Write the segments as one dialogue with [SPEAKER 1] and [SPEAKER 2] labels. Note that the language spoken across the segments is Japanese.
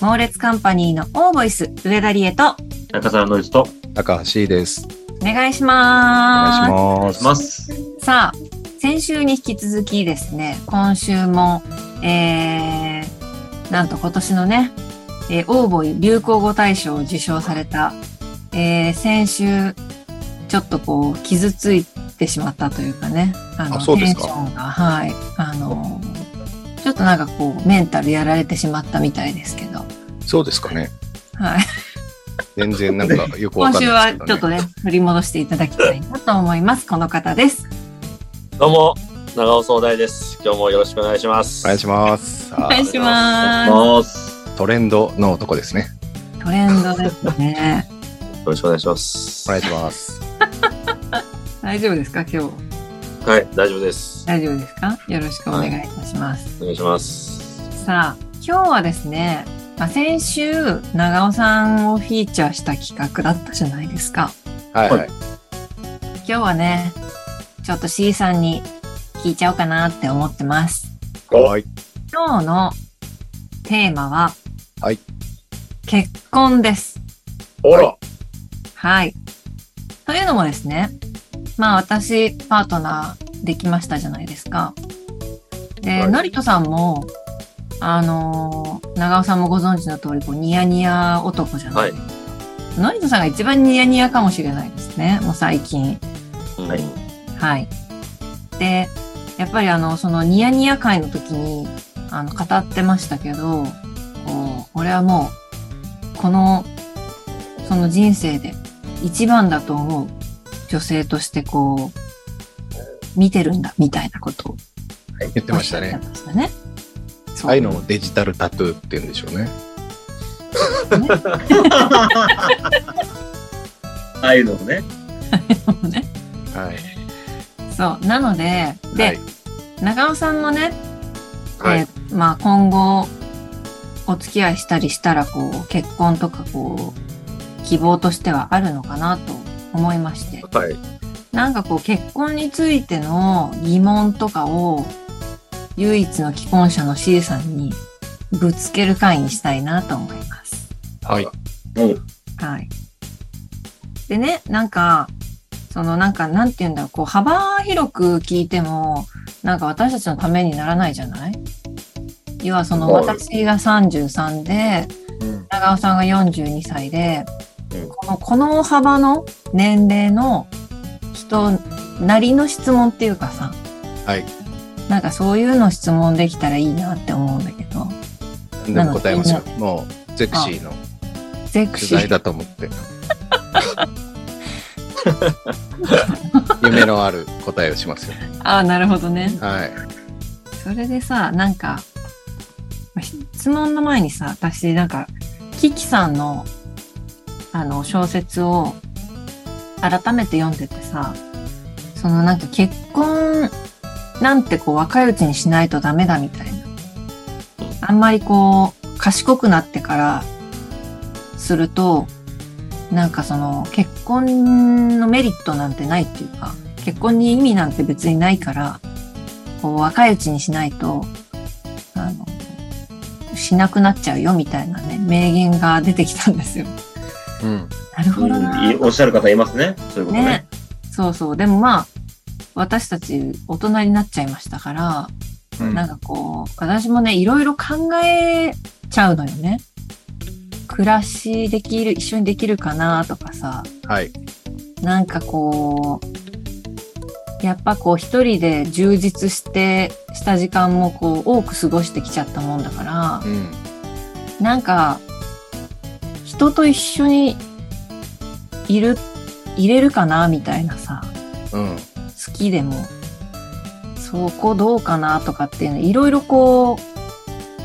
[SPEAKER 1] 猛烈カンパニーのオーボイス、上田理恵と、
[SPEAKER 2] 中澤ノイズと
[SPEAKER 3] 高橋です。
[SPEAKER 1] お願いし
[SPEAKER 3] お
[SPEAKER 1] ます。
[SPEAKER 2] お願
[SPEAKER 3] 願
[SPEAKER 2] い
[SPEAKER 3] い
[SPEAKER 2] し
[SPEAKER 3] し
[SPEAKER 2] ま
[SPEAKER 3] ます。
[SPEAKER 2] す。
[SPEAKER 1] さあ、先週に引き続きですね、今週も、えー、なんと今年のね、えー、オーボイ流行語大賞を受賞された、えー、先週、ちょっとこう、傷ついてしまったというかね、あ
[SPEAKER 3] あそう
[SPEAKER 1] テ
[SPEAKER 3] で
[SPEAKER 1] ン
[SPEAKER 3] す
[SPEAKER 1] シ
[SPEAKER 3] か
[SPEAKER 1] ョンが、はい、あの、ちょっとなんかこう、メンタルやられてしまったみたいですけど、
[SPEAKER 3] そうですかね。
[SPEAKER 1] はい。
[SPEAKER 3] 全 然なんかよくわ
[SPEAKER 1] 今
[SPEAKER 3] かん
[SPEAKER 1] 週
[SPEAKER 3] な
[SPEAKER 1] はい
[SPEAKER 3] ですけど、ね。
[SPEAKER 1] ちょっとね、振り戻していただきたいなと思います。この方です。
[SPEAKER 2] どうも、長尾総大です。今日もよろしくお願いします。
[SPEAKER 3] お願いします。さ
[SPEAKER 1] お
[SPEAKER 3] あ
[SPEAKER 1] 願いします
[SPEAKER 2] ます。
[SPEAKER 3] トレンドの男ですね。
[SPEAKER 1] トレンドですね。
[SPEAKER 2] よろしくお願いします。
[SPEAKER 3] お願いします。
[SPEAKER 1] 大丈夫ですか今日。
[SPEAKER 2] はい、大丈夫です。
[SPEAKER 1] 大丈夫ですかよろしくお願いいたします。
[SPEAKER 2] お願いします。
[SPEAKER 1] さあ、今日はですね、まあ、先週、長尾さんをフィーチャーした企画だったじゃないですか。
[SPEAKER 3] はいはい。
[SPEAKER 1] 今日はね、ちょっと C さんに聞いちゃおうかなって思ってます。
[SPEAKER 2] お
[SPEAKER 3] はい。
[SPEAKER 1] 今日のテーマは、
[SPEAKER 3] はい
[SPEAKER 1] 結婚です。
[SPEAKER 2] おら
[SPEAKER 1] はい。というのもですね、まあ私、パートナーできましたじゃないですか。で、
[SPEAKER 2] はい
[SPEAKER 1] のりとさんも、あのー長尾さんもご存知の通り、こう、ニヤニヤ男じゃない。
[SPEAKER 2] は
[SPEAKER 1] のりとさんが一番ニヤニヤかもしれないですね、もう最近。
[SPEAKER 2] はい。
[SPEAKER 1] はい。で、やっぱりあの、そのニヤニヤ会の時に、あの、語ってましたけど、こう、俺はもう、この、その人生で一番だと思う女性としてこう、見てるんだ、みたいなことを
[SPEAKER 3] 言って
[SPEAKER 1] おっ
[SPEAKER 3] ま
[SPEAKER 1] し
[SPEAKER 3] し
[SPEAKER 1] ゃったて
[SPEAKER 3] ね。
[SPEAKER 1] ましたね。そう
[SPEAKER 3] 愛のデジタルタトゥーって言うんでしょうね。
[SPEAKER 2] ああいうのもね。
[SPEAKER 1] ね。
[SPEAKER 3] はい。
[SPEAKER 1] そう。なので、で、
[SPEAKER 3] はい。
[SPEAKER 1] 長尾さんもね、
[SPEAKER 2] はい
[SPEAKER 1] えーまあ今後お付き合いしたりしたらこう結婚とかこう希望としてはあるのかなと思いまして
[SPEAKER 2] はい。
[SPEAKER 1] なんかこう結婚についての疑問とかを唯一の既婚者の C さんにぶつける会にしたいなと思います。
[SPEAKER 3] はい。
[SPEAKER 2] うん。
[SPEAKER 1] はい。でね、なんか、そのなんかなんて言うんだろう、こう幅広く聞いても、なんか私たちのためにならないじゃない要はその
[SPEAKER 2] はい
[SPEAKER 1] 私が33で、
[SPEAKER 2] うん。
[SPEAKER 1] 長尾さんが42歳で、
[SPEAKER 2] うん
[SPEAKER 1] この、この幅の年齢の人なりの質問っていうかさ、
[SPEAKER 3] はい
[SPEAKER 1] なんかそういうの質問できたらいいなって思うんだけど、
[SPEAKER 3] 何でも答えますよ
[SPEAKER 1] なの。
[SPEAKER 3] もうゼクシーの
[SPEAKER 1] ゼク
[SPEAKER 3] 取
[SPEAKER 1] シー
[SPEAKER 3] 材だと思 って。夢のある答えをしますよ。
[SPEAKER 1] ああ、なるほどね。
[SPEAKER 3] はい。
[SPEAKER 1] それでさ、なんか、ま質問の前にさ、私、なんか、キキさんの、あの、小説を改めて読んでてさ、そのなんか結婚なんてこう若いうちにしないとダメだみたいな。あんまりこう、賢くなってからすると、なんかその結婚のメリットなんてないっていうか、結婚に意味なんて別にないから、こう若いうちにしないと、あの、しなくなっちゃうよみたいなね、名言が出てきたんですよ。
[SPEAKER 3] うん。
[SPEAKER 1] なるほどな。
[SPEAKER 2] いおっしゃる方いますね。そういうことね
[SPEAKER 1] ね。。そうそう。でもまあ、私たち大人になっちゃいましたから、
[SPEAKER 3] うん
[SPEAKER 1] なんかこう、私もね、いろいろ考えちゃうのよね。暮らしできる、一緒にできるかなとかさ、
[SPEAKER 3] はい。
[SPEAKER 1] なんかこう、やっぱこう一人で充実して、した時間もこう多く過ごしてきちゃったもんだから
[SPEAKER 3] う、ん。
[SPEAKER 1] なんか、人と一緒にいる、いれるかなみたいなさ、
[SPEAKER 3] うん。
[SPEAKER 1] 好きでもそこどうかなとかっていうのいろいろこう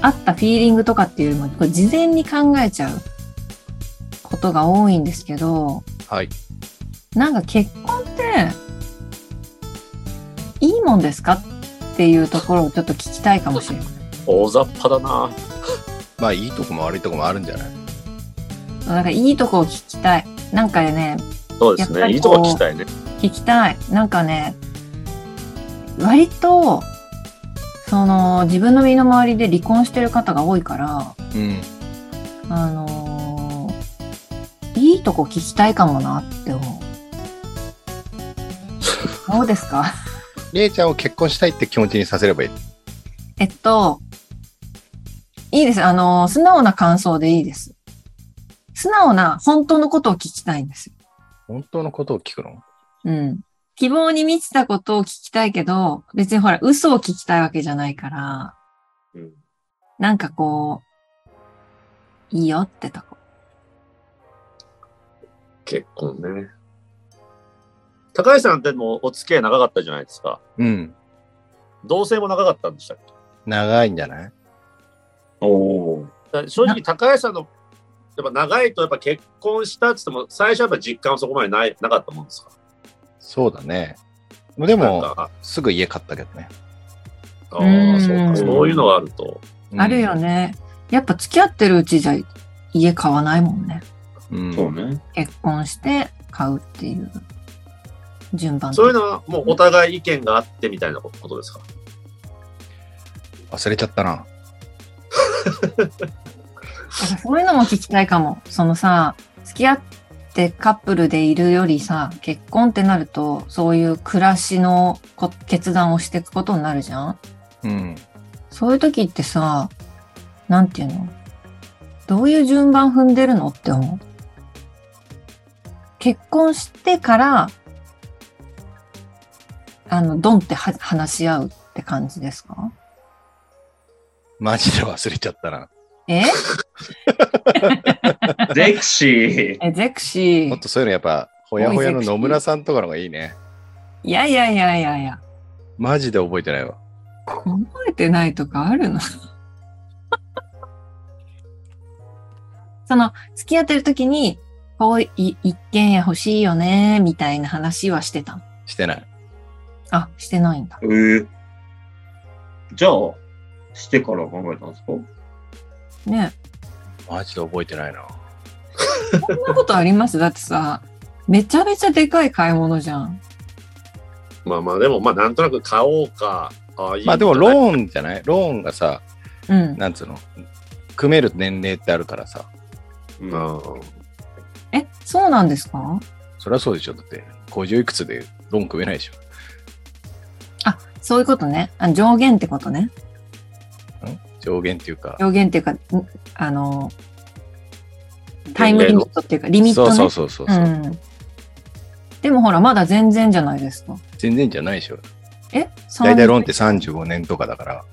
[SPEAKER 1] あったフィーリングとかっていうよりもこう事前に考えちゃうことが多いんですけど
[SPEAKER 3] はい。
[SPEAKER 1] なんか結婚っていいもんですかっていうところをちょっと聞きたいかもしれない。
[SPEAKER 2] 大雑把だな。
[SPEAKER 3] まあいいとこも悪いとこもあるんじゃない
[SPEAKER 1] なんかいいとこを聞きたい。なんかね、
[SPEAKER 2] そうです
[SPEAKER 1] やっぱ
[SPEAKER 2] ね。
[SPEAKER 1] り
[SPEAKER 2] いいとこ聞きたいね。
[SPEAKER 1] 聞きたい。なんかね、割と、その自分の身の回りで離婚してる方が多いから、
[SPEAKER 3] うん。
[SPEAKER 1] あのーいいとこ聞きたいかもなって思う。どうですか
[SPEAKER 3] りえちゃんを結婚したいって気持ちにさせればいい。
[SPEAKER 1] えっと、いいです。あのー素直な感想でいいです。素直な本当のことを聞きたいんですよ。
[SPEAKER 3] 本当のことを聞くの
[SPEAKER 1] うん。希望に満ちたことを聞きたいけど、別にほら、嘘を聞きたいわけじゃないから、
[SPEAKER 2] うん。
[SPEAKER 1] なんかこう、いいよってとこ。
[SPEAKER 2] 結婚ね。高橋さんってもうお付き合い長かったじゃないですか。
[SPEAKER 3] うん。
[SPEAKER 2] 同棲も長かったんでしたっけ
[SPEAKER 3] 長いんじゃない
[SPEAKER 2] おお。だから正直高橋さんのやっぱ長いとやっぱ結婚したっつっても最初はやっぱ実感はそこまでないなかったもんですか
[SPEAKER 3] そうだね。
[SPEAKER 2] な
[SPEAKER 3] で
[SPEAKER 2] ん
[SPEAKER 3] も、
[SPEAKER 2] か
[SPEAKER 3] すぐ家買ったけどね。
[SPEAKER 2] ああそう
[SPEAKER 1] うん
[SPEAKER 2] かそういうのがあると
[SPEAKER 3] うん
[SPEAKER 1] あるよ。ね。やっぱ付き合ってるうちじゃ家買わないもんね。
[SPEAKER 3] うん。
[SPEAKER 2] ね
[SPEAKER 1] 結婚して買うっていう順番。
[SPEAKER 2] そういうのはもうお互い意見があってみたいなことですか
[SPEAKER 3] 忘れちゃったな。
[SPEAKER 1] だからそういうのも聞きたいかも。そのさ、付き合ってカップルでいるよりさ、結婚ってなると、そういう暮らしのこ決断をしていくことになるじゃん
[SPEAKER 3] うん。
[SPEAKER 1] そういう時ってさ、なんていうのどういう順番踏んでるのって思う。結婚してから、あの、ドンっては話し合うって感じですか
[SPEAKER 3] マジで忘れちゃったな。
[SPEAKER 1] え
[SPEAKER 4] ゼクシー。
[SPEAKER 1] え、ゼクシ
[SPEAKER 3] もっ
[SPEAKER 1] ー。
[SPEAKER 3] とそういうのやっぱ、ほやほやの野村さんとかの方がいいね。
[SPEAKER 1] いやいやいやいやいや。
[SPEAKER 3] マジで覚えてないわ。
[SPEAKER 1] 覚えてないとかあるの その、付き合ってる時に、こうい、一軒家欲しいよね、みたいな話はしてたの。
[SPEAKER 3] してない。
[SPEAKER 1] あ、してないんだ。
[SPEAKER 4] えー、じゃあ、してから考えたんですか
[SPEAKER 1] ね
[SPEAKER 3] マジで覚えてないな。
[SPEAKER 1] そんなことあります だってさ、めちゃめちゃでかい買い物じゃん。
[SPEAKER 2] まあまあでもまあなんとなく買おうかああいい
[SPEAKER 3] まあでもロ
[SPEAKER 2] ン
[SPEAKER 3] ーンじゃないローンがさ、
[SPEAKER 1] うん。
[SPEAKER 3] なんつうの、組める年齢ってあるからさ、
[SPEAKER 4] うん
[SPEAKER 1] え、そうなんですか
[SPEAKER 3] そりゃそうでしょ。だって、50いくつでローン組めないでしょ。
[SPEAKER 1] あ、そういうことね。あ上限ってことね。
[SPEAKER 3] 上限っていうか。
[SPEAKER 1] 上限っていうか、んあの、タイムリミットっていうか、リミットね。
[SPEAKER 3] そうそうそうそう。
[SPEAKER 1] うん。でもほら、まだ全然じゃないですか。
[SPEAKER 3] 全然じゃないでしょ。
[SPEAKER 1] え
[SPEAKER 3] 大体ローンって35年とかだから、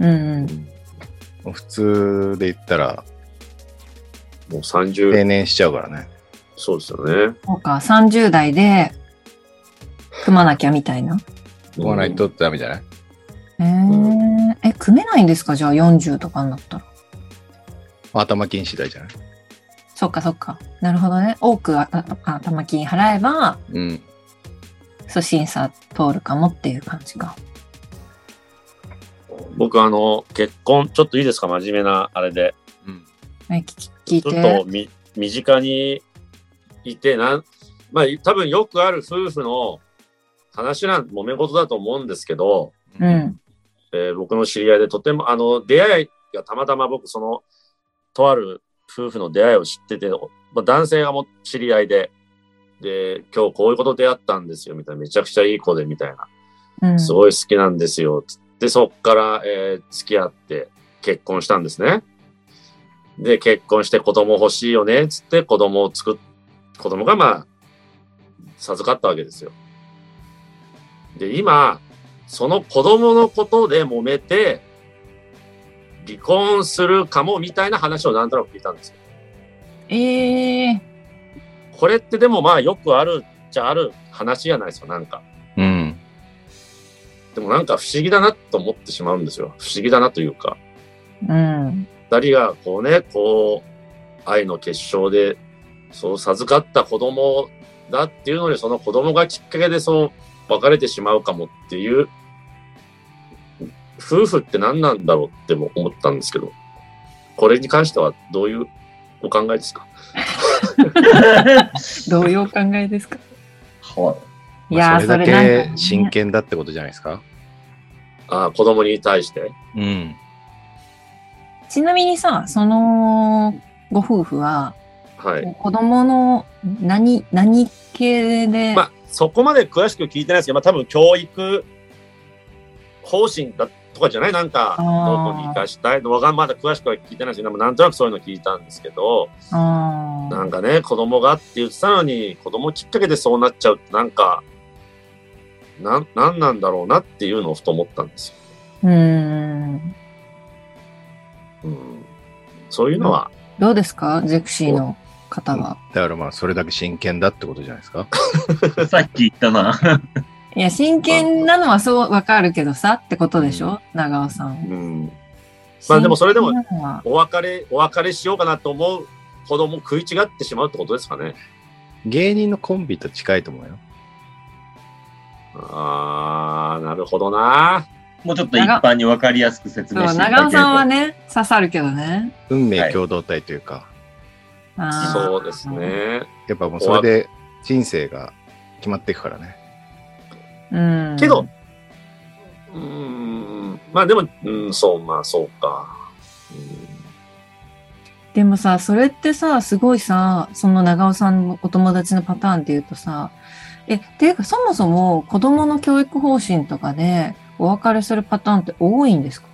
[SPEAKER 1] うんうん。
[SPEAKER 3] もう普通で言ったら
[SPEAKER 2] もう30
[SPEAKER 3] 定年しちゃうからね。
[SPEAKER 2] そうですよね
[SPEAKER 1] そうか、30代で組まなきゃみたいな。
[SPEAKER 3] 組まないとダメじゃない
[SPEAKER 1] へーえ、組めないんですかじゃあ40とかになったら。
[SPEAKER 3] 頭金次第じゃない
[SPEAKER 1] そっかそっか。なるほどね。多くああ頭金払えば、
[SPEAKER 3] うん。
[SPEAKER 1] そう審査通るかもっていう感じか。
[SPEAKER 2] 僕あの結婚ちょっといいですか真面目なあれで
[SPEAKER 3] うん。
[SPEAKER 1] え聞き聞い
[SPEAKER 2] ちょっ
[SPEAKER 1] て。
[SPEAKER 2] とみ身近にいてなん、まあ、多分よくある夫婦の話なん揉め事だと思うんですけど、
[SPEAKER 1] う。ん。
[SPEAKER 2] えー僕の知り合いでとてもあの出会いがたまたま僕そのとある夫婦の出会いを知ってて、おまあ、男性がも知り合いでで今日こういうこと出会ったんですよみたいなめちゃくちゃいい子でみたいな
[SPEAKER 1] うん、
[SPEAKER 2] すごい好きなんですよ。つって、そっから、えー付き合って結婚したんですね。で、結婚して子供欲しいよね。つって子供を作っ、子供がまあ、授かったわけですよ。で、今、その子供のことで揉めて、離婚するかもみたいな話をなんとなく聞いたんですよ。
[SPEAKER 1] ええ
[SPEAKER 2] これってでもまあよくあるっちゃある話じゃないですか、なんか。
[SPEAKER 3] うん。
[SPEAKER 2] でもなんか不思議だなと思ってしまうんですよ。不思議だなというか。
[SPEAKER 1] うん。
[SPEAKER 2] 二人がこうね、こう、愛の結晶で、そう授かった子供だっていうのに、その子供がきっかけでそう別れてしまうかもっていう、夫婦って何なんだろうっても思ったんですけど、これに関してはどういうお考えですか
[SPEAKER 1] どういうお考えですか
[SPEAKER 4] はい
[SPEAKER 1] や
[SPEAKER 3] まあ
[SPEAKER 1] ー、
[SPEAKER 3] そ
[SPEAKER 1] そ
[SPEAKER 3] れだ
[SPEAKER 1] れなんか
[SPEAKER 3] け
[SPEAKER 1] ね
[SPEAKER 3] 真剣だってことじゃないですか。
[SPEAKER 2] あー子供に対して。
[SPEAKER 3] うん。
[SPEAKER 1] ちなみにさ、そのご夫婦は、
[SPEAKER 2] はい。
[SPEAKER 1] 子供の何、何系で、
[SPEAKER 2] まあ、そこまで詳しく聞いてないですけど、まあ、多分教育方針だとかじゃないなんか、
[SPEAKER 1] あ
[SPEAKER 2] ど
[SPEAKER 1] ー
[SPEAKER 2] こに生かしたいのがまだ詳しくは聞いてないですけど、でもなんとなくそういうの聞いたんですけど、
[SPEAKER 1] あ
[SPEAKER 2] な
[SPEAKER 1] ー
[SPEAKER 2] んかね、子供がって言ってたのに、子供きっかけでそうなっちゃうって、なんか、なん、なんなんだろうなっていうのをふと思ったんですよ。
[SPEAKER 1] うーん。
[SPEAKER 2] うん。そういうのは、
[SPEAKER 1] どうですかゼクシーの方は。
[SPEAKER 3] だからまあ、それだけ真剣だってことじゃないですか。
[SPEAKER 4] さっき言ったな。
[SPEAKER 1] いや、真剣なのはそうわかるけどさってことでしょ長尾さん。
[SPEAKER 2] うん。まあでもそれでも
[SPEAKER 1] 真剣なのは
[SPEAKER 2] お別れ、お別れしようかなと思う子供食い違ってしまうってことですかね。
[SPEAKER 3] 芸人のコンビと近いと思うよ。
[SPEAKER 2] あー、なるほどな。
[SPEAKER 4] もうちょっと一般に分かりやすく説
[SPEAKER 1] そ
[SPEAKER 4] 明し
[SPEAKER 1] う、
[SPEAKER 4] ていただける
[SPEAKER 1] 長尾
[SPEAKER 4] と
[SPEAKER 1] さんはね、刺さるけどね。
[SPEAKER 3] 運命共同体というか、
[SPEAKER 1] あー
[SPEAKER 2] そうです。ね。
[SPEAKER 3] やっぱもうそれで人生が決まっていくからね。
[SPEAKER 1] うん。
[SPEAKER 2] けど、うーん、まあでも、うん、そう、まあそうか。うん
[SPEAKER 1] でもさ、それってさ、すごいさ、その長尾さんのお友達のパターンで言うとさ、え、っていうかそもそも子供の教育方針とかでお別れするパターンって多いんですか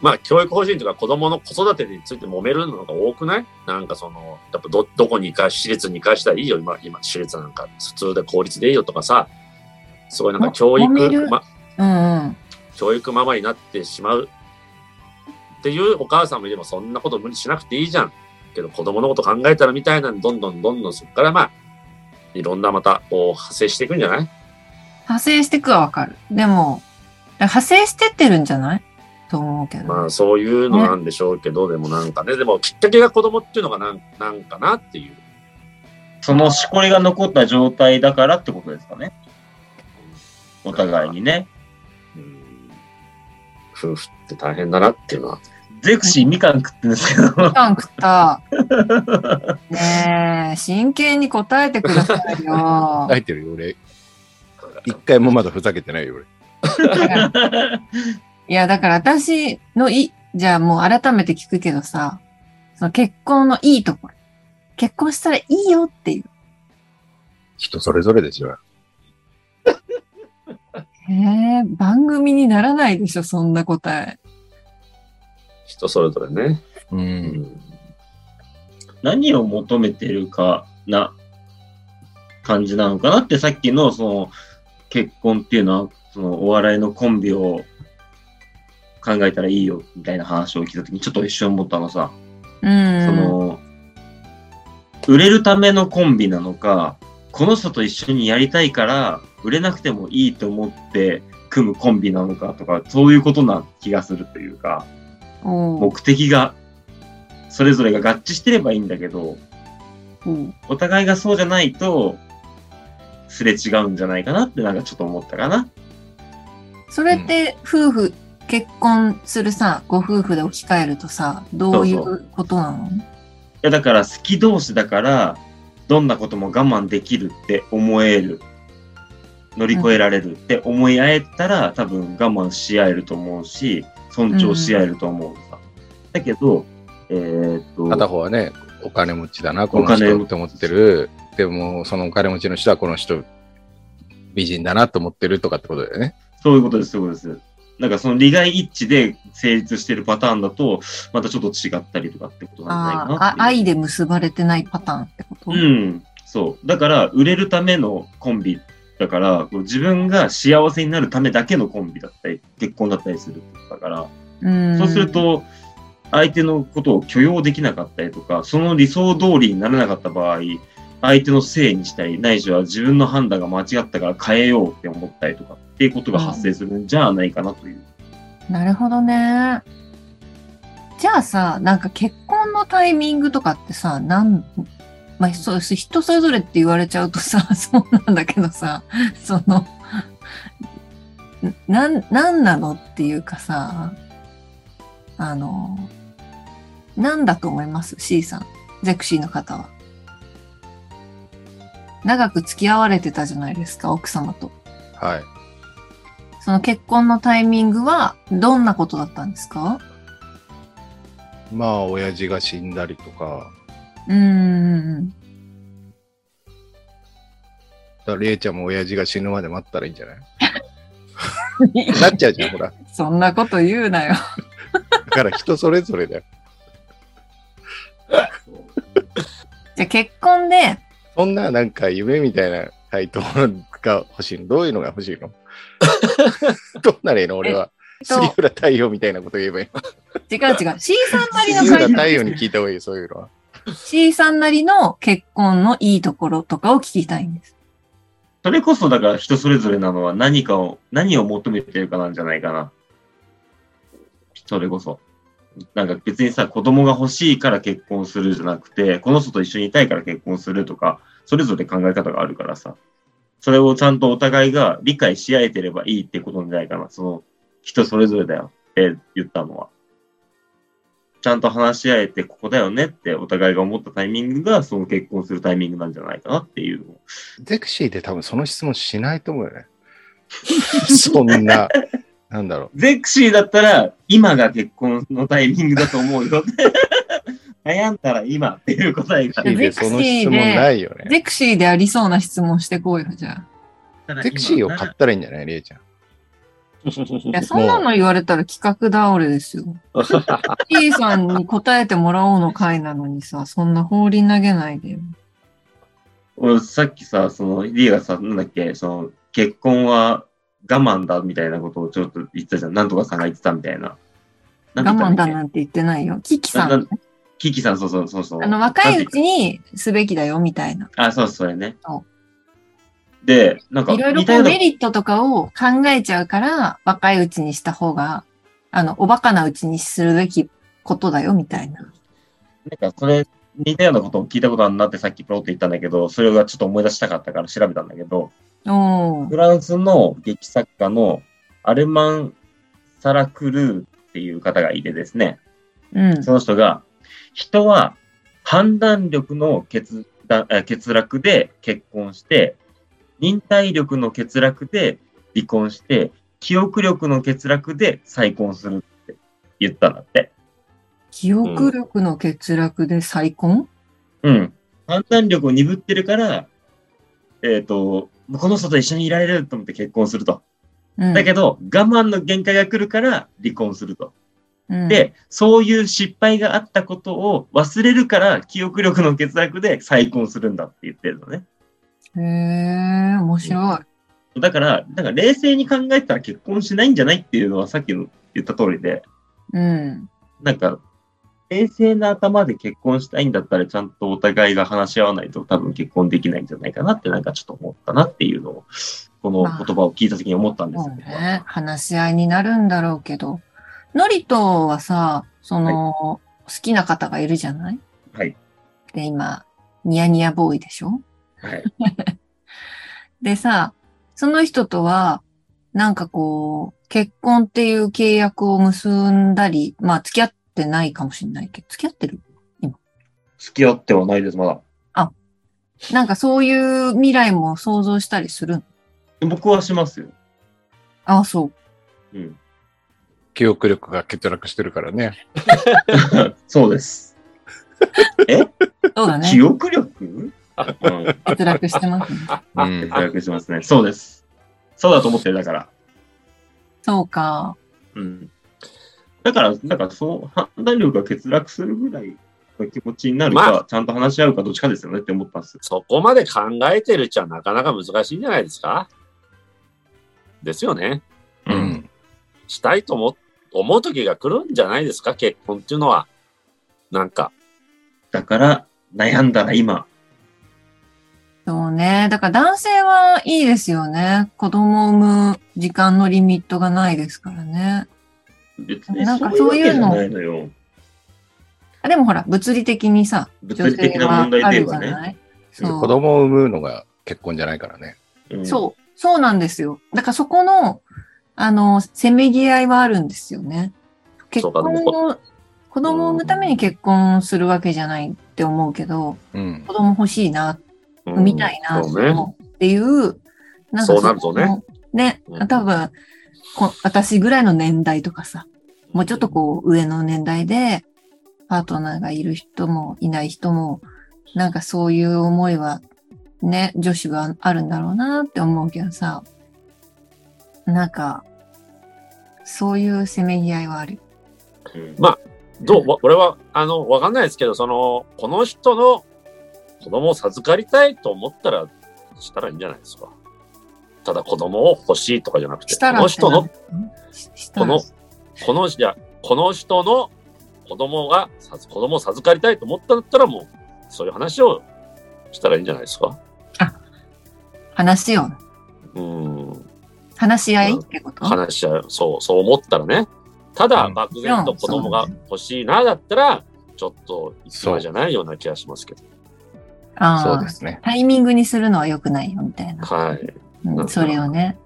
[SPEAKER 2] まあ教育方針とか子供の子育てについて揉めるのが多くないなんかその、やっぱど、どこに行か、私立に行かしたらいいよ、今、今、私立なんか、普通で公立でいいよとかさ、すごいなんか
[SPEAKER 1] も
[SPEAKER 2] 教
[SPEAKER 1] 揉め
[SPEAKER 2] 育、
[SPEAKER 1] る
[SPEAKER 2] ま、
[SPEAKER 1] うんうん。
[SPEAKER 2] 教育ママになってしまうっていうお母さんもいればそんなこと無理しなくていいじゃんけど子供のこと考えたらみたいなのどんどんどんどんそこからまあいろんなまたこう派生していくんじゃない
[SPEAKER 1] 派生してくはわかる。でも、派生してってるんじゃないと思うけど。
[SPEAKER 2] まあそういうのなんでしょうけど、でもなんかねでもきっかけが子供っていうのがなんなんかなっていう
[SPEAKER 4] そのしこりが残った状態だからってことですかね。お互いにね。
[SPEAKER 2] うん夫婦って大変だなっていうのは
[SPEAKER 4] ゼクシーみかん食ってんですけど
[SPEAKER 1] み。かん食った。ねえ、真剣に答えてください よ。
[SPEAKER 3] 入ってるよ、俺。一回もまだふざけてないよ、俺。
[SPEAKER 1] いや、だから私のい、じゃあもう改めて聞くけどさ、その結婚のいいところ。結婚したらいいよっていう。
[SPEAKER 3] 人それぞれですよ。
[SPEAKER 1] へえ、番組にならないでしょ、そんな答え。
[SPEAKER 2] 人それぞれね、
[SPEAKER 3] う。
[SPEAKER 2] うん
[SPEAKER 4] 何を求めてるかな感じなのかなってさっきのその結婚っていうのはそのお笑いのコンビを考えたらいいよみたいな話を聞いた時にちょっと一瞬思ったのさ、
[SPEAKER 1] うん。
[SPEAKER 4] その売れるためのコンビなのかこの人と一緒にやりたいから売れなくてもいいと思って組むコンビなのかとかそういうことな気がするというか。
[SPEAKER 1] おう
[SPEAKER 4] 目的がそれぞれが合致してればいいんだけど
[SPEAKER 1] おう
[SPEAKER 4] お互いがそうじゃないとすれ違うんじゃないかなってなんかちょっと思ったかな
[SPEAKER 1] それって夫婦、結婚するさ、ご夫婦で置き換えるとさ、どうい
[SPEAKER 4] そう
[SPEAKER 1] ことなの
[SPEAKER 4] いやだから好き同士だからどんなことも我慢できるって思える乗り越えられるって思い合えたら、多分我慢し合えると思うし尊重し合えると思うさ、だけどえーっと
[SPEAKER 3] 片方はね、お金持ちだな、この
[SPEAKER 4] お金持
[SPEAKER 3] 人
[SPEAKER 4] ち
[SPEAKER 3] って思ってる。でも、そのお金持ちの人はこの人、美人だなと思ってるとかってことだよね。
[SPEAKER 4] そういうことです、そういうことです。なんかその利害一致で成立してるパターンだと、またちょっと違ったりとかってことな
[SPEAKER 1] あ
[SPEAKER 4] んじゃないかな
[SPEAKER 1] あ
[SPEAKER 4] っ
[SPEAKER 1] あ、
[SPEAKER 4] ていう
[SPEAKER 1] 愛で結ばれてないパターンってこと、
[SPEAKER 4] うん、そう。だから、売れるためのコンビだから、こう自分が幸せになるためだけのコンビだったり、結婚だったりするってことだから、
[SPEAKER 1] うん
[SPEAKER 4] そうする、と、相手のことを許容できなかったりとか、その理想通りにならなかった場合、相手のせいにしたり、ないしは自分の判断が間違ったから変えようって思ったりとかっていうことが発生するんじゃないかなという。
[SPEAKER 1] なるほどね。じゃあさ、なんか結婚のタイミングとかってさ、なん、まあ、そうです人それぞれって言われちゃうとさ、 そうなんだけどさ、その、なん、なんなのっていうかさ、あの、なんだと思います ?C さん。ゼクシーの方は。長く付き合われてたじゃないですか、奥様と。
[SPEAKER 3] はい。
[SPEAKER 1] その結婚のタイミングはどんなことだったんですか
[SPEAKER 3] まあ、親父が死んだりとか、
[SPEAKER 1] うんうん
[SPEAKER 3] だから、れいちゃんも親父が死ぬまで待ったらいいんじゃ ない
[SPEAKER 1] うん。
[SPEAKER 3] なっちゃうじゃん、ほら。
[SPEAKER 1] そんなこと言うなよ。
[SPEAKER 3] だから人それぞれだよ。
[SPEAKER 1] じゃあ結婚 で、
[SPEAKER 3] そんな、なんか夢みたいな回答が欲しいのどういうのが欲 しいのどうなれいいの俺は。
[SPEAKER 1] と
[SPEAKER 3] 杉浦太陽みたいなこと言えばいい
[SPEAKER 1] 違う違う、C さんなり
[SPEAKER 3] の。
[SPEAKER 1] の
[SPEAKER 3] 杉浦
[SPEAKER 1] 回
[SPEAKER 3] 太陽に聞いた方がいいよ、そういうのは。
[SPEAKER 1] C さんなりの結婚のいいところとかを聞きたいんです。
[SPEAKER 4] それこそだから人それぞれなのは何かを、何を求めてるかなんじゃないかな。それこそ。なんか別にさ、子供が欲しいから結婚するじゃなくて、この人と一緒にいたいから結婚するとか、それぞれ考え方があるからさ。それをちゃんとお互いが理解し合えてればいいってことじゃないかな。その人それぞれだよって言ったのは。ちゃんと話し合えてここだよねってお互いが思ったタイミングがその結婚するタイミングなんじゃないかなっていうのを
[SPEAKER 3] ゼクシーで多分その質問しないと思うよ ね。そんな、なんだろ
[SPEAKER 4] ゼクシーだったら、今が結婚のタイミングだと思うよ。 悩んだら今っていう答え
[SPEAKER 3] う。
[SPEAKER 4] が。
[SPEAKER 3] ゼクシーでその質問ないよね。
[SPEAKER 1] ゼクシーでありそうな質問してこうよ、じゃ
[SPEAKER 3] ゼクシーを買ったらいいんじゃないりえちゃん。
[SPEAKER 1] あ。いや、そんなの言われたら企画倒れです よ。C さんに答えてもらおうの回なのにさ、そんな放り投げないでよ。
[SPEAKER 4] 俺さっきさ、その、リーがさ、なんだっけ、その、結婚は我慢だみたいなことをちょっと言ってたじゃん。なんとかさんが言ってたみたいな。
[SPEAKER 1] 我
[SPEAKER 4] なんて言っ
[SPEAKER 1] 慢
[SPEAKER 4] た
[SPEAKER 1] だ
[SPEAKER 4] っけ
[SPEAKER 1] なんて言ってないよ。キキさ。
[SPEAKER 4] なんなキキさん、そうそうそうそう。
[SPEAKER 1] あの、若いうちにすべきだよ、みたいな。
[SPEAKER 4] あ、そうそうそれね
[SPEAKER 1] そ。
[SPEAKER 4] で、なんか、
[SPEAKER 1] いろいろこ
[SPEAKER 4] 似た
[SPEAKER 1] う
[SPEAKER 4] ような
[SPEAKER 1] メリットとかを考えちゃうから、若いうちにした方が、あの、おバカなうちにするべきことだよ、みたいな。
[SPEAKER 4] なんかそれ似たようなことを聞いたことあるなってさっきポロって言ったんだけど、それがちょっと思い出したかったから調べたんだけど、
[SPEAKER 1] おー
[SPEAKER 4] フランスの劇作家のアルマン・サラクルーっていう方がいてですね、
[SPEAKER 1] うん。
[SPEAKER 4] その人が、人は判断力の欠だえ欠落で結婚して、忍耐力の欠落で離婚して、記憶力の欠落で再婚するって言ったんだって。
[SPEAKER 1] 記憶力の欠落で再婚、
[SPEAKER 4] うん。判断力を鈍ってるから、えっ、と、この人と一緒にいられると思って結婚すると。
[SPEAKER 1] うん、
[SPEAKER 4] だけど、我慢の限界が来るから離婚すると。
[SPEAKER 1] うん、
[SPEAKER 4] で、そういう失敗があったことを忘れるから、記憶力の欠落で再婚するんだって言ってるのね。
[SPEAKER 1] へえ、面白い。
[SPEAKER 4] だから、だから冷静に考えたら結婚しないんじゃないっていうのはさっきの言った通りで、
[SPEAKER 1] うん。
[SPEAKER 4] なんか、冷静な頭で結婚したいんだったら、ちゃんとお互いが話し合わないと多分結婚できないんじゃないかなって、なんかちょっと思ったなっていうのを、この
[SPEAKER 1] まあ
[SPEAKER 4] 言葉を聞いた時に思ったんです
[SPEAKER 1] そ
[SPEAKER 4] よ
[SPEAKER 1] う。ね。話し合いになるんだろうけど。ノリトはさ、その、好きな方がいるじゃない
[SPEAKER 4] はい。
[SPEAKER 1] で、今、ニヤニヤボーイでしょ
[SPEAKER 4] はい。
[SPEAKER 1] でさ、その人とは、なんかこう、結婚っていう契約を結んだり、まあ付き合ってないかもしれないけど、付き合ってる
[SPEAKER 4] 付き合ってはないです、まだ。
[SPEAKER 1] なんかそういう未来も想像したりするの
[SPEAKER 4] 僕はしますよ。
[SPEAKER 1] ああ、そう。
[SPEAKER 4] うん。
[SPEAKER 3] 記憶力が欠落してるからね。
[SPEAKER 4] そうです。
[SPEAKER 1] そう だ
[SPEAKER 4] 記
[SPEAKER 1] ね。
[SPEAKER 4] 憶力うん。
[SPEAKER 1] 欠落してますね。
[SPEAKER 3] うん
[SPEAKER 4] 節。約しますね。そうです。そうだと思ってる、だから。
[SPEAKER 1] そうか。
[SPEAKER 4] うん。だから、なんかそう、判断力が欠落するぐらいの気持ちになるか、
[SPEAKER 2] ま
[SPEAKER 4] ちゃんと話し合うかどっちかですよねって思ったんですよ。
[SPEAKER 2] そこまで考えてるっちゃなかなか難しいんじゃないですかですよね。
[SPEAKER 3] う。
[SPEAKER 4] うん
[SPEAKER 2] したいと思思う時が来るんじゃないですか結婚っていうのは。なんか。
[SPEAKER 4] だから、悩んだら今。
[SPEAKER 1] そうね。だから男性はいいですよね。子供を産む時間のリミットがないですからね。
[SPEAKER 4] 別に
[SPEAKER 1] なんか
[SPEAKER 4] そういうわけじゃ
[SPEAKER 1] そう
[SPEAKER 4] ないいのよ。
[SPEAKER 1] あでもほら、物理的にさ、
[SPEAKER 4] 物理的な問題で言えば
[SPEAKER 1] 女性はあ
[SPEAKER 4] ね。
[SPEAKER 1] るじゃない
[SPEAKER 3] 子
[SPEAKER 1] そう。
[SPEAKER 3] 供を産むのが結婚じゃないからね。
[SPEAKER 4] うん
[SPEAKER 1] そう。そうなんですよ。だからそこの、あの、せめぎ合いはあるんですよね。結
[SPEAKER 2] そうか
[SPEAKER 1] 婚を、子供を産むために結婚するわけじゃないって思うけど、
[SPEAKER 3] うん。
[SPEAKER 1] 子供欲しいな、
[SPEAKER 2] う
[SPEAKER 1] 産みたいな、
[SPEAKER 2] そうね。
[SPEAKER 1] っていう、なんか
[SPEAKER 2] そうなるとね
[SPEAKER 1] その。ね
[SPEAKER 2] う、ん
[SPEAKER 1] 多分こ私ぐらいの年代とかさ、もうちょっとこう上の年代で、パートナーがいる人もいない人も、なんかそういう思いはね、女子はあるんだろうなって思うけどさ、なんか、そういうせめぎ合いはある。
[SPEAKER 4] うん
[SPEAKER 2] まどうわ俺は、あの、わかんないですけど、その、この人の子供を授かりたいと思ったら、したらいいんじゃないですか。ただ子供を欲しいとかじゃなくて、
[SPEAKER 1] し
[SPEAKER 2] こ
[SPEAKER 1] たら
[SPEAKER 2] の人の、
[SPEAKER 1] ししたら
[SPEAKER 2] この、この、じゃこの人の子供が、さ子供を授かりたいと思ったんだったら、もう、そういう話をしたらいいんじゃないですか。
[SPEAKER 1] 話しよう。
[SPEAKER 2] うん。
[SPEAKER 1] 話し合いってこと
[SPEAKER 2] 話し合う、そう、そう思ったらね。ただ、
[SPEAKER 3] うん
[SPEAKER 2] 漠然と子供が欲しいな、だったら、ちょっと、今じゃないような気がしますけど。
[SPEAKER 3] そう
[SPEAKER 1] あ
[SPEAKER 3] で
[SPEAKER 1] あ、
[SPEAKER 3] すね。
[SPEAKER 1] タイミングにするのは良くないよ、みたいな。
[SPEAKER 2] はい。
[SPEAKER 1] うん、それをね。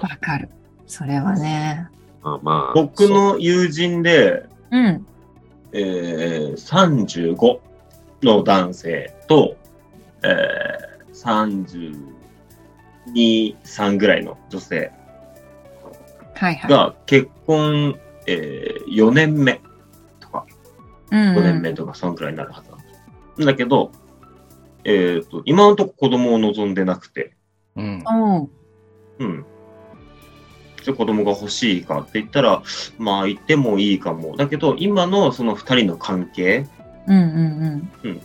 [SPEAKER 1] わかる。それはね。
[SPEAKER 2] まあまあ。
[SPEAKER 4] 僕の友人で、
[SPEAKER 1] うん。
[SPEAKER 4] えー、35の男性と、えー、32、3ぐらいの女性
[SPEAKER 1] はいはい。
[SPEAKER 4] が結婚、えー、4年目とか、
[SPEAKER 1] うん
[SPEAKER 4] 5年目とか、そのくらいになるはずなんです。だけど、えっと今のとこ子供を望んでなくて、
[SPEAKER 3] うん。
[SPEAKER 1] おう
[SPEAKER 4] うん。じゃあ子供が欲しいかって言ったら、まあ言ってもいいかも。だけど、今のその2人の関係、
[SPEAKER 1] うんうん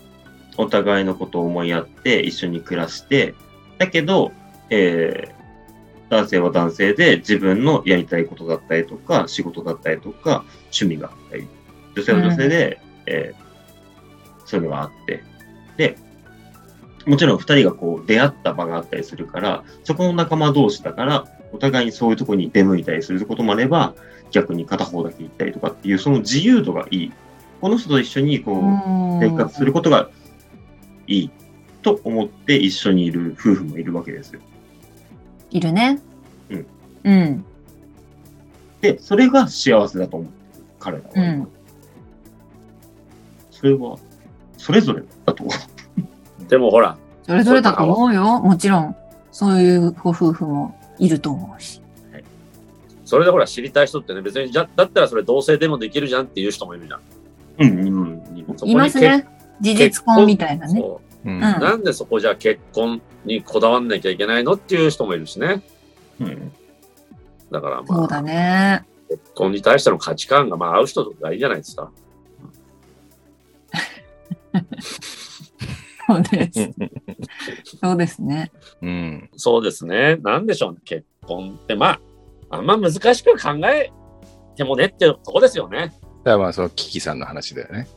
[SPEAKER 4] お互いのことを思いやって、一緒に暮らして、だけど、えー男性は男性で自分のやりたいことだったりとか、仕事だったりとか、趣味があったり、女性は女性で、えーそういうのがあって、で、もちろん二人がこう出会った場があったりするから、そこの仲間同士だから、お互いにそういうとこに出向いたりすることもあれば、逆に片方だけ行ったりとかっていう、その自由度がいい。この人と一緒にこう、
[SPEAKER 1] うん。
[SPEAKER 4] 生活することがいいと思って一緒にいる夫婦もいるわけですよ。
[SPEAKER 1] いるね。
[SPEAKER 4] うん。
[SPEAKER 1] うん。
[SPEAKER 4] で、それが幸せだと思ってる彼らは。
[SPEAKER 1] うん
[SPEAKER 4] それは、それぞれだと思
[SPEAKER 2] でもほら、
[SPEAKER 1] それぞれだと思うよ。もちろん。そういうご夫婦もいると思うし。
[SPEAKER 2] それでほら知りたい人ってね、別にじゃだったらそれ同性でもできるじゃんっていう人もいるじゃん。
[SPEAKER 4] う。うん、うん、うん。
[SPEAKER 2] そこに
[SPEAKER 1] いますね。事実婚みたいなね。
[SPEAKER 2] そう
[SPEAKER 1] うん
[SPEAKER 3] ん。
[SPEAKER 2] なんでそこじゃ結婚にこだわんなきゃいけないのっていう人もいるしね。
[SPEAKER 4] うん
[SPEAKER 2] だから
[SPEAKER 1] そ
[SPEAKER 2] ま
[SPEAKER 1] うだ
[SPEAKER 2] あ、
[SPEAKER 1] ね。
[SPEAKER 2] 結婚に対しての価値観がまあ合う人がいいじゃないですか。
[SPEAKER 1] そうで
[SPEAKER 3] う
[SPEAKER 1] す。
[SPEAKER 3] ん
[SPEAKER 1] そうですね。
[SPEAKER 3] うん。
[SPEAKER 2] そうですね。なんでしょうね。結婚ってまあ、あんま難しく考えてもねっていうとこですよね。
[SPEAKER 3] だからまあ、その、キキさんの話だよね。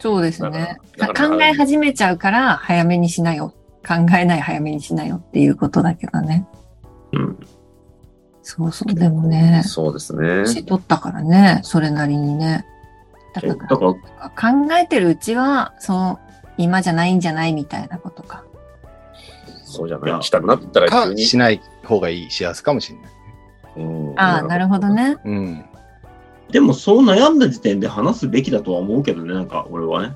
[SPEAKER 1] そうですね。
[SPEAKER 2] だからだから
[SPEAKER 1] 考え始めちゃうから、早めにしなよ。考えない早めにしなよっていうことだけどね。
[SPEAKER 2] うん。
[SPEAKER 1] そうそう。でもね、
[SPEAKER 2] そうですね。
[SPEAKER 1] 年取ったからね、それなりにね。だ
[SPEAKER 4] だ
[SPEAKER 1] か
[SPEAKER 4] から、う
[SPEAKER 1] ら、考えてるうちは、そう、今じゃないんじゃないみたいなことか。
[SPEAKER 2] そうじゃない。したくなったら急
[SPEAKER 3] か、
[SPEAKER 2] に。
[SPEAKER 3] しない方がいい幸せかもしれない。
[SPEAKER 2] うん
[SPEAKER 1] ああ、なるほど。ね。
[SPEAKER 3] うん。
[SPEAKER 4] でも、そう悩んだ時点で話すべきだとは思うけどね、なんか、俺はね。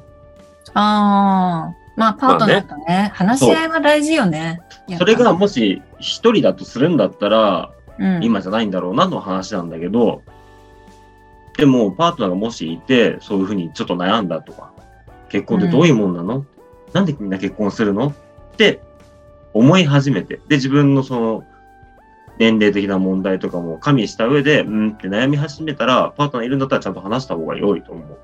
[SPEAKER 1] ああ。まあ、パートナーとね、話し合いは大事よね。やっぱ
[SPEAKER 4] それが、もし、一人だとするんだったら、
[SPEAKER 1] うん、
[SPEAKER 4] 今じゃないんだろうなの話なんだけど、でもパートナーがもしいて、そういうふうにちょっと悩んだとか、結婚ってどういうもんなの、なんでみんな結婚するのって思い始めて、で、自分のその、年齢的な問題とかも加味した上で、うんって悩み始めたら、パートナーいるんだったらちゃんと話した方が良いと思う。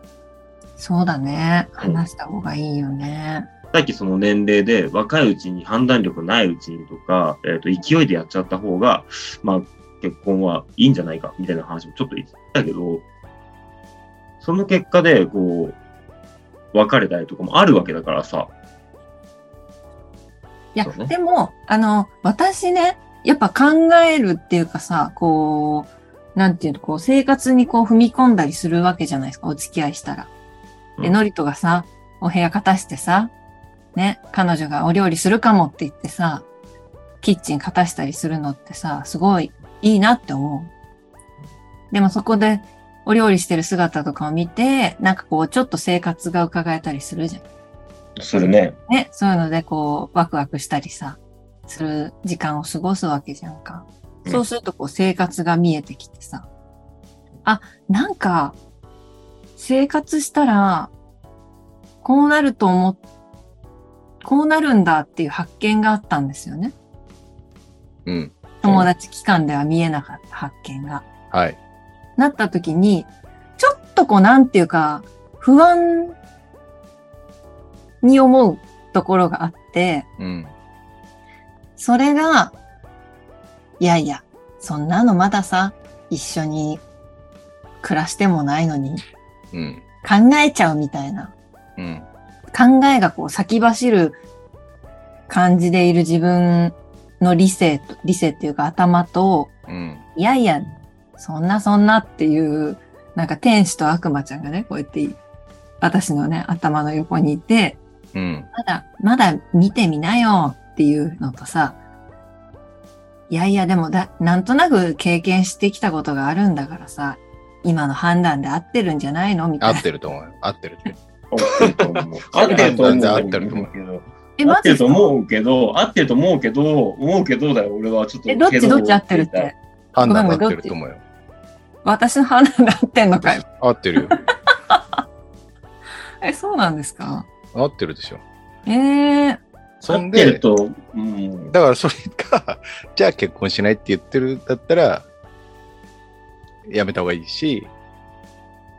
[SPEAKER 1] そうだね。
[SPEAKER 4] うん
[SPEAKER 1] 話した方がいいよね。
[SPEAKER 4] さっきその年齢で若いうちに判断力ないうちにとか、えっ、と、勢いでやっちゃった方が、まあ、結婚はいいんじゃないかみたいな話もちょっと言ってたけど、その結果で、こう、別れたりとかもあるわけだからさ。
[SPEAKER 1] いや、
[SPEAKER 4] そうね
[SPEAKER 1] でも、あの、私ね、やっぱ考えるっていうかさ、こう、なんていうの、こう、生活にこう踏み込んだりするわけじゃないですか、お付き合いしたら。で、
[SPEAKER 4] うん
[SPEAKER 1] ノリトがさ、お部屋片してさ、ね、彼女がお料理するかもって言ってさ、キッチン片したりするのってさ、すごいいいなって思う。でもそこでお料理してる姿とかを見て、なんかこう、ちょっと生活が伺えたりするじゃん。
[SPEAKER 4] するね。
[SPEAKER 1] ね、そういうのでこう、ワクワクしたりさ、する時間を過ごすわけじゃんか。
[SPEAKER 4] うん
[SPEAKER 1] そうするとこう、生活が見えてきてさ、あ、なんか、生活したら、こうなると思っ、こうなるんだっていう発見があったんですよね。
[SPEAKER 3] うん。
[SPEAKER 1] 友達期間では見えなかった発見が。
[SPEAKER 3] はい。
[SPEAKER 1] なった時に、ちょっとこうなんていうか、不安に思うところがあって、
[SPEAKER 3] うん。
[SPEAKER 1] それが、いやいや、そんなのまださ、一緒に暮らしてもないのに
[SPEAKER 3] うん。
[SPEAKER 1] 考えちゃうみたいな。
[SPEAKER 3] うん。
[SPEAKER 1] 考えがこう先走る感じでいる自分の理性と、理性っていうか頭と、
[SPEAKER 3] うん。
[SPEAKER 1] いやいや、そんなそんなっていう、なんか天使と悪魔ちゃんがね、こうやってい私のね、頭の横にいて、
[SPEAKER 3] うん。
[SPEAKER 1] まだ、まだ見てみなよっていうのとさ、いやいや、でもだ、なんとなく経験してきたことがあるんだからさ、今の判断で合ってるんじゃないのみた
[SPEAKER 3] 合
[SPEAKER 1] いな
[SPEAKER 3] っ。てると思うよ。合ってると思う。
[SPEAKER 4] 合ってると思 う。
[SPEAKER 2] 合ってると
[SPEAKER 3] 思う
[SPEAKER 4] 合ってると思うけど。
[SPEAKER 1] え、
[SPEAKER 4] 合っ
[SPEAKER 1] マ
[SPEAKER 4] て
[SPEAKER 1] ジ
[SPEAKER 4] ると思うけど、合ってると思うけど、思うけどだよ、俺はちょっと。
[SPEAKER 1] え、どっちどっち合ってるっ
[SPEAKER 4] けど
[SPEAKER 1] て。
[SPEAKER 3] 判断が合ってると思うよ。
[SPEAKER 1] 私の判断で合ってんのかよ。
[SPEAKER 3] 合ってるよ。
[SPEAKER 1] え、そうなんですか
[SPEAKER 3] 合ってるでしょ。
[SPEAKER 1] ええ
[SPEAKER 3] そ
[SPEAKER 4] 合
[SPEAKER 3] ん
[SPEAKER 4] ってる
[SPEAKER 3] で、
[SPEAKER 4] と、うん。
[SPEAKER 3] だからそれが、じゃあ結婚しないって言ってるんだったら、やめた方がいいし、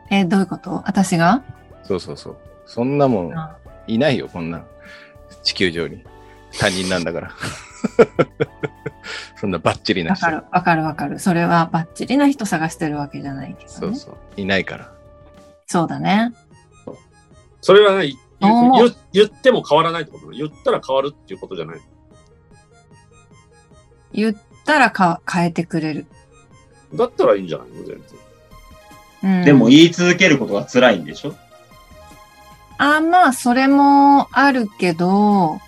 [SPEAKER 1] え、どういうこと私が
[SPEAKER 3] そうそうそう。そんなもん
[SPEAKER 1] あ
[SPEAKER 3] いないよ、こんな。地球上に。他人なんだから。 そんなバッチリな
[SPEAKER 1] わ
[SPEAKER 3] 人
[SPEAKER 1] か。る、わかる、わかる。それはバッチリな人探してるわけじゃないけどね。
[SPEAKER 3] そ
[SPEAKER 1] そうう
[SPEAKER 3] そう。いないから。
[SPEAKER 1] だね。
[SPEAKER 2] それはね、い
[SPEAKER 1] どう思う
[SPEAKER 2] 言言っても変わらないってこと言ったら変わるっていうことじゃない。
[SPEAKER 1] 言ったらか変えてくれる。
[SPEAKER 2] だったらいいんじゃないの全然。
[SPEAKER 1] うん、
[SPEAKER 4] でも言い続けることが辛いんでしょ
[SPEAKER 1] あ、まあ、それもあるけど、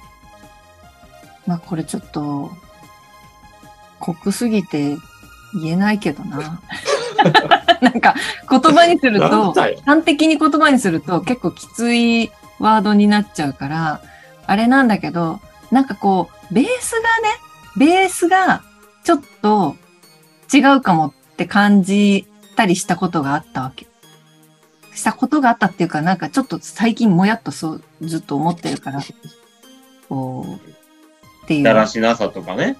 [SPEAKER 1] まあ、これちょっと、酷すぎて言えないけどな。 なんか、言葉にする
[SPEAKER 2] なん
[SPEAKER 1] と、
[SPEAKER 2] だよ
[SPEAKER 1] 端的に言葉にすると結構きついワードになっちゃうから、あれなんだけど、なんかこう、ベースがね、ベースがちょっと違うかもって感じたりしたことがあったわけ。したことがあったっていうか、なんかちょっと最近もやっとそう、ずっと思ってるから、こう、っていう。
[SPEAKER 4] だらしなさとかね。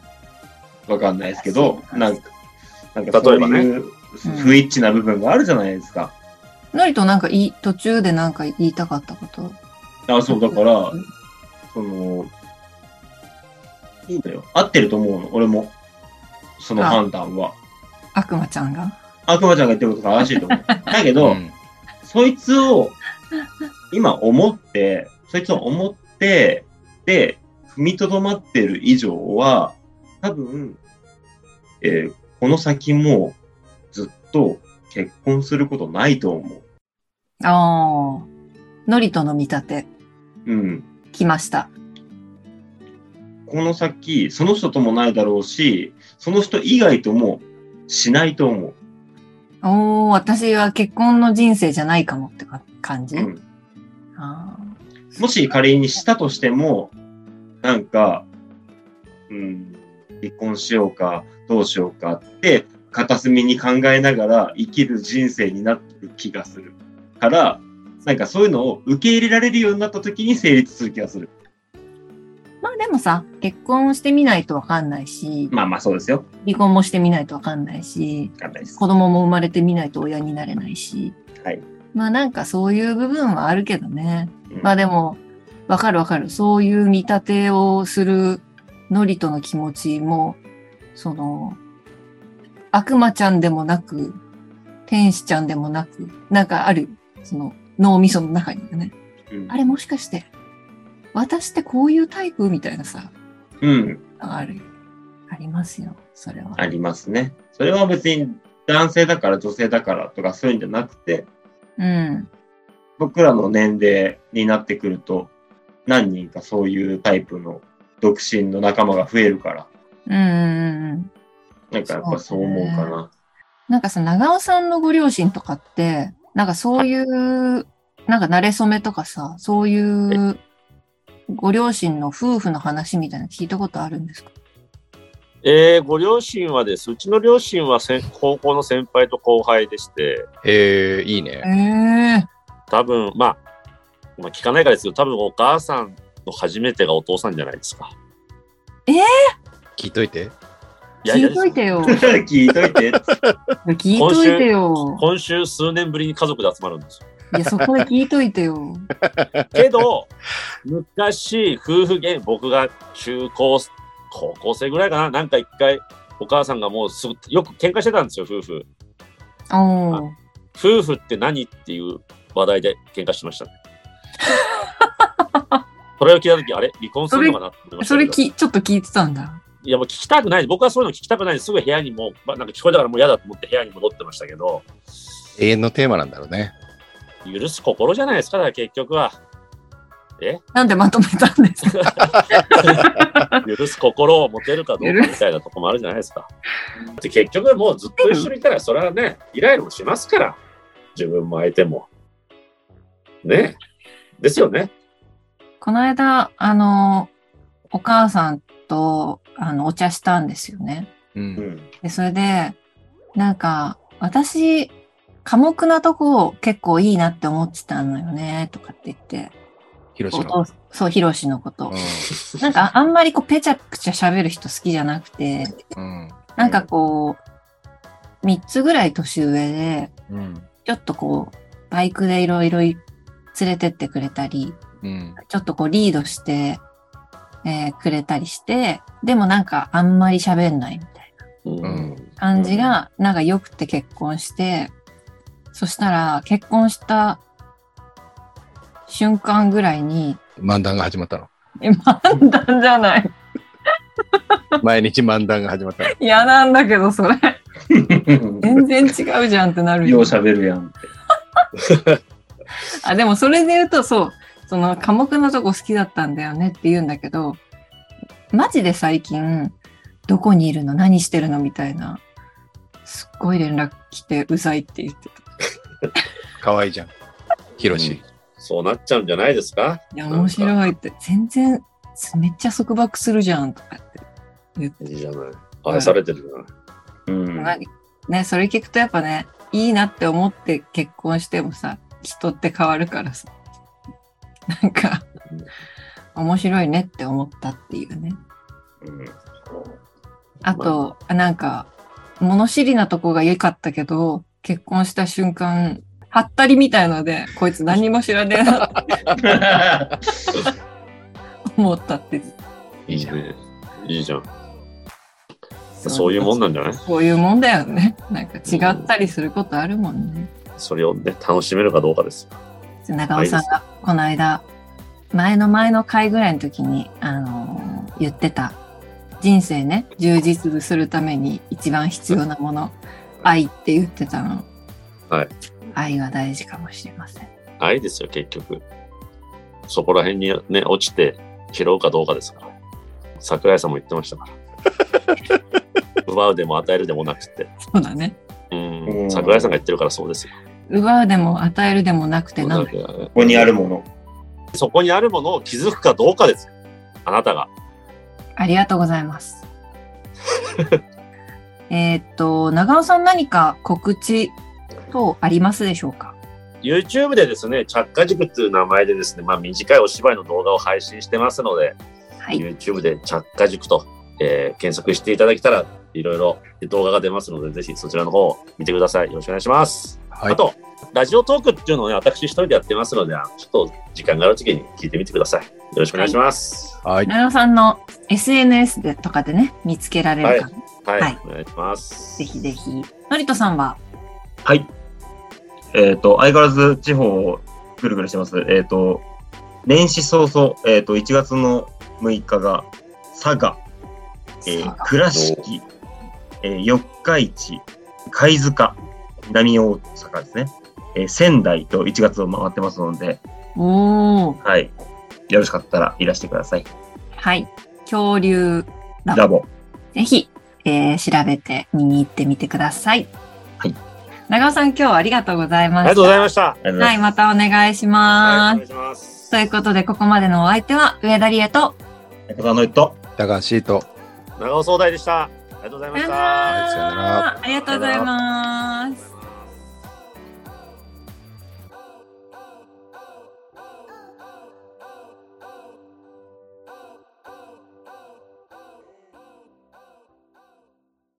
[SPEAKER 4] わかんないですけど、なんか、なんかそう
[SPEAKER 2] 例えばね
[SPEAKER 4] いう不一致な部分があるじゃないですか。
[SPEAKER 1] のりとなんかいい、途中でなんか言いたかったこと。
[SPEAKER 4] あ、そう、だから、その、いいのよ。合ってると思うの、俺も。その判断は。
[SPEAKER 1] 悪魔ちゃんが。
[SPEAKER 4] 悪魔ちゃんが言ってることが正しいと思 う。だけ
[SPEAKER 3] う
[SPEAKER 4] ど、
[SPEAKER 3] ん。
[SPEAKER 4] そいつを、今思って、そいつを思って、で、踏みとどまってる以上は、多分、えーこの先もずっと結婚することないと思う。
[SPEAKER 1] ああ。のりとの見立て、
[SPEAKER 4] うん。
[SPEAKER 1] 来ました。
[SPEAKER 4] この先、その人ともないだろうし、その人以外ともしないと思う。
[SPEAKER 1] おお、私は結婚の人生じゃないかもってか感じ、
[SPEAKER 4] うん、
[SPEAKER 1] あ
[SPEAKER 4] もし仮にしたとしても、なんか、うん、離婚しようか、どうしようかって、片隅に考えながら生きる人生になる気がする。から、なんかそういうのを受け入れられるようになった時に成立する気がする。
[SPEAKER 1] ーまあでもさ、結婚をしてみないとわかんないし、
[SPEAKER 4] まあまあそうですよ。
[SPEAKER 1] 離婚もしてみないとわかんないし、
[SPEAKER 4] わかんないです。
[SPEAKER 1] 子供も生まれてみないと親になれないし、
[SPEAKER 4] はい
[SPEAKER 1] まあなんかそういう部分はあるけどね。
[SPEAKER 4] うん
[SPEAKER 1] まあでも、わかるわかる。そういう見立てをするノリとの気持ちも、その、悪魔ちゃんでもなく、天使ちゃんでもなく、なんかある、その脳みその中にはね。
[SPEAKER 4] うん
[SPEAKER 1] あれもしかして、私ってこういうタイプみたいなさ、
[SPEAKER 4] うん、
[SPEAKER 1] ある。ありますよ、それは。
[SPEAKER 4] ありますね。それは別に男性だから女性だからとかそういうんじゃなくて、
[SPEAKER 1] うん。
[SPEAKER 4] 僕らの年齢になってくると、何人かそういうタイプの独身の仲間が増えるから、
[SPEAKER 1] うんうんうんうん。
[SPEAKER 4] なんかやっぱそう思うかな。
[SPEAKER 1] なんかさ、長尾さんのご両親とかって、なんかそういう、なんか慣れ初めとかさ、そういうご両親の夫婦の話みたいなの聞いたことあるんですか
[SPEAKER 2] えー、ご両親はです。うちの両親はせん高校の先輩と後輩でして、
[SPEAKER 3] えー、いいね。
[SPEAKER 1] ええ
[SPEAKER 2] 多分、まあ、まあ、聞かないからですけど、多分お母さんの初めてがお父さんじゃないですか。
[SPEAKER 3] 聞いといて。
[SPEAKER 2] いやいや
[SPEAKER 1] 聞いといて よ。
[SPEAKER 4] 聞いといて。
[SPEAKER 1] 聞いといてよ。
[SPEAKER 2] 今週数年ぶりに家族で集まるんですよ。
[SPEAKER 1] いや、そこで聞いといてよ。
[SPEAKER 2] けど、昔、夫婦ゲーム、僕が中高、高校生ぐらいかな、なんか一回、お母さんがもうすぐ、よく喧嘩してたんですよ、夫婦。
[SPEAKER 1] おー
[SPEAKER 2] 夫婦って何っていう話題で喧嘩し ましたね。それを聞いたとき、あれ離婚するのかなって思いました
[SPEAKER 1] そ
[SPEAKER 2] け
[SPEAKER 1] れ
[SPEAKER 2] ど。
[SPEAKER 1] き、ちょっと聞いてたんだ。
[SPEAKER 2] いや、もう聞きたくない。僕はそういうの聞きたくないです。ぐ部屋にもう、まあ、なんか聞こえたからもう嫌だと思って部屋に戻ってましたけど、
[SPEAKER 3] 永遠のテーマなんだろうね。
[SPEAKER 2] 許す心じゃないですか、だから結局は。え
[SPEAKER 1] なんでまとめたんですか
[SPEAKER 2] 許す心を持てるかどうかみたいなとこもあるじゃないですか。だって結局もうずっと一緒にいたら、それはね、イライラもしますから。自分も相手も。ねですよね。
[SPEAKER 1] この間、あの、お母さんと、あの、お茶したんですよね。
[SPEAKER 3] う。
[SPEAKER 4] うんん。
[SPEAKER 1] で、それで、なんか、私、寡黙なとこ結構いいなって思ってたのよね、とかって言って。
[SPEAKER 3] 広
[SPEAKER 1] お
[SPEAKER 3] 島。
[SPEAKER 1] 父そう、ヒロシのこと
[SPEAKER 3] う。
[SPEAKER 1] なんか、あんまりこう、ぺちゃくちゃ喋る人好きじゃなくて、
[SPEAKER 3] ん。
[SPEAKER 1] なんかこう、3つぐらい年上で、
[SPEAKER 3] うん。
[SPEAKER 1] ちょっとこう、バイクでいろいろ連れてってくれたり、
[SPEAKER 3] うん。
[SPEAKER 1] ちょっとこうリードして、えーくれたりして、でもなんかあんまり喋んないみたい
[SPEAKER 3] ん
[SPEAKER 1] な感じが、なんか良くて結婚して、そしたら結婚した瞬間ぐらいに、
[SPEAKER 3] 漫談が始まったの。
[SPEAKER 1] え、漫談じゃない。
[SPEAKER 3] 毎日漫談が始まったの。
[SPEAKER 1] 嫌なんだけど、それ。全然違うじゃんってなる
[SPEAKER 4] よう
[SPEAKER 1] よ。
[SPEAKER 4] 喋るやん。
[SPEAKER 1] あ、でもそれで言うと、そう、その寡黙なとこ好きだったんだよねって言うんだけど、マジで最近、どこにいるの何してるのみたいな、すっごい連絡来て、うざいって言ってた。
[SPEAKER 3] 可愛いじゃん。広
[SPEAKER 2] う
[SPEAKER 3] し
[SPEAKER 2] ん。そうなっちゃうんじゃないですか。
[SPEAKER 1] いや、面白いって、全然、めっちゃ束縛するじゃんとかって言って。
[SPEAKER 2] いいじゃない。愛されてるじゃない。
[SPEAKER 4] うん。
[SPEAKER 1] ね、それ聞くとやっぱね、いいなって思って結婚してもさ、人って変わるからさ、なんか、面白いねって思ったっていうね。
[SPEAKER 2] うん
[SPEAKER 1] あと、なんか、物知りなとこが良かったけど、結婚した瞬間、はったりみたいので、こいつ何も知らねえなと思ったって、
[SPEAKER 2] いいじゃん。いいじゃん。そういうもんなんじゃない
[SPEAKER 1] そういうもんだよね。 なんか違ったりすることあるもんね。
[SPEAKER 2] それをね、楽しめるかどうかです。
[SPEAKER 1] 長尾さんが、この間、前の前の回ぐらいの時に、あのー言ってた、人生ね、充実するために一番必要なもの、愛って言ってたの。
[SPEAKER 2] はい。
[SPEAKER 1] 愛が大事かもしれません。
[SPEAKER 2] 愛ですよ、結局。そこら辺にね、落ちて拾うかどうかですから。桜井さんも言ってました から。奪うでも与えるでもなくて。
[SPEAKER 1] そうだね。
[SPEAKER 2] うん。桜井さんが言ってるからそうですよ。
[SPEAKER 1] 奪うでも与えるでもなくてなんだ
[SPEAKER 2] だから
[SPEAKER 4] ここにあるもの。
[SPEAKER 2] そこにあるものを気づくかどうかですよ。あなたが。
[SPEAKER 1] ありがとうございます。 えーっと、長尾さん何か告知等ありますでしょうか
[SPEAKER 2] YouTube でですね、着火塾という名前でですね、まあ短いお芝居の動画を配信してますので、
[SPEAKER 1] はい
[SPEAKER 2] YouTube で着火塾と、えー検索していただけたら、いろいろ動画が出ますので、ぜひそちらの方を見てください。よろしくお願いします。
[SPEAKER 3] は
[SPEAKER 2] あと、ラジオトークっていうのをね、私一人でやってますので、あのちょっと時間がある時に聞いてみてください。よろしくお願いします。
[SPEAKER 3] はい。
[SPEAKER 1] 長尾さんの SNS でとかでね、見つけられるか、
[SPEAKER 2] はい、
[SPEAKER 1] はい
[SPEAKER 2] お願いします。
[SPEAKER 1] ぜひぜひ。のりとさんは、
[SPEAKER 4] はい。えっ、と、相変わらず地方をぐるぐるしてます。えっ、と、年始早々、えっ、と、1月の6日が佐賀、え
[SPEAKER 1] さ
[SPEAKER 4] ー、倉敷、えー、四日市、貝塚、南大阪ですね。えー、仙台と1月を回ってますので、
[SPEAKER 1] おー、
[SPEAKER 4] はい。よろしかったらいらしてください。
[SPEAKER 1] はい。恐竜、ラボ
[SPEAKER 4] ラボ。
[SPEAKER 1] ぜひ、えー調べて見に行ってみてください。
[SPEAKER 4] はい。
[SPEAKER 1] 長尾さん今日はありがとうござい
[SPEAKER 2] あ
[SPEAKER 1] まし
[SPEAKER 2] りが
[SPEAKER 1] た。
[SPEAKER 2] とうございました。
[SPEAKER 4] ありがとうござ
[SPEAKER 1] はいい、
[SPEAKER 4] ま。
[SPEAKER 1] ますたお願いし
[SPEAKER 2] は
[SPEAKER 1] ま
[SPEAKER 2] い、お
[SPEAKER 1] す
[SPEAKER 2] 願い。します。
[SPEAKER 1] ということで、ここまでのお相手は、上田理恵と、
[SPEAKER 4] 中田のりと、
[SPEAKER 3] 高橋と。
[SPEAKER 2] 長尾総大でした。ありがとうございました。
[SPEAKER 3] さよなら
[SPEAKER 1] ありがとうございます。